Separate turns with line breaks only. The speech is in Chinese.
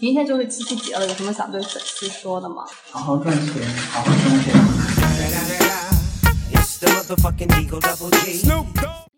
明天就是七夕节了，有什么想对粉丝说的吗？
好好赚钱，好好生活。
It's the motherfucking Eagle Double G.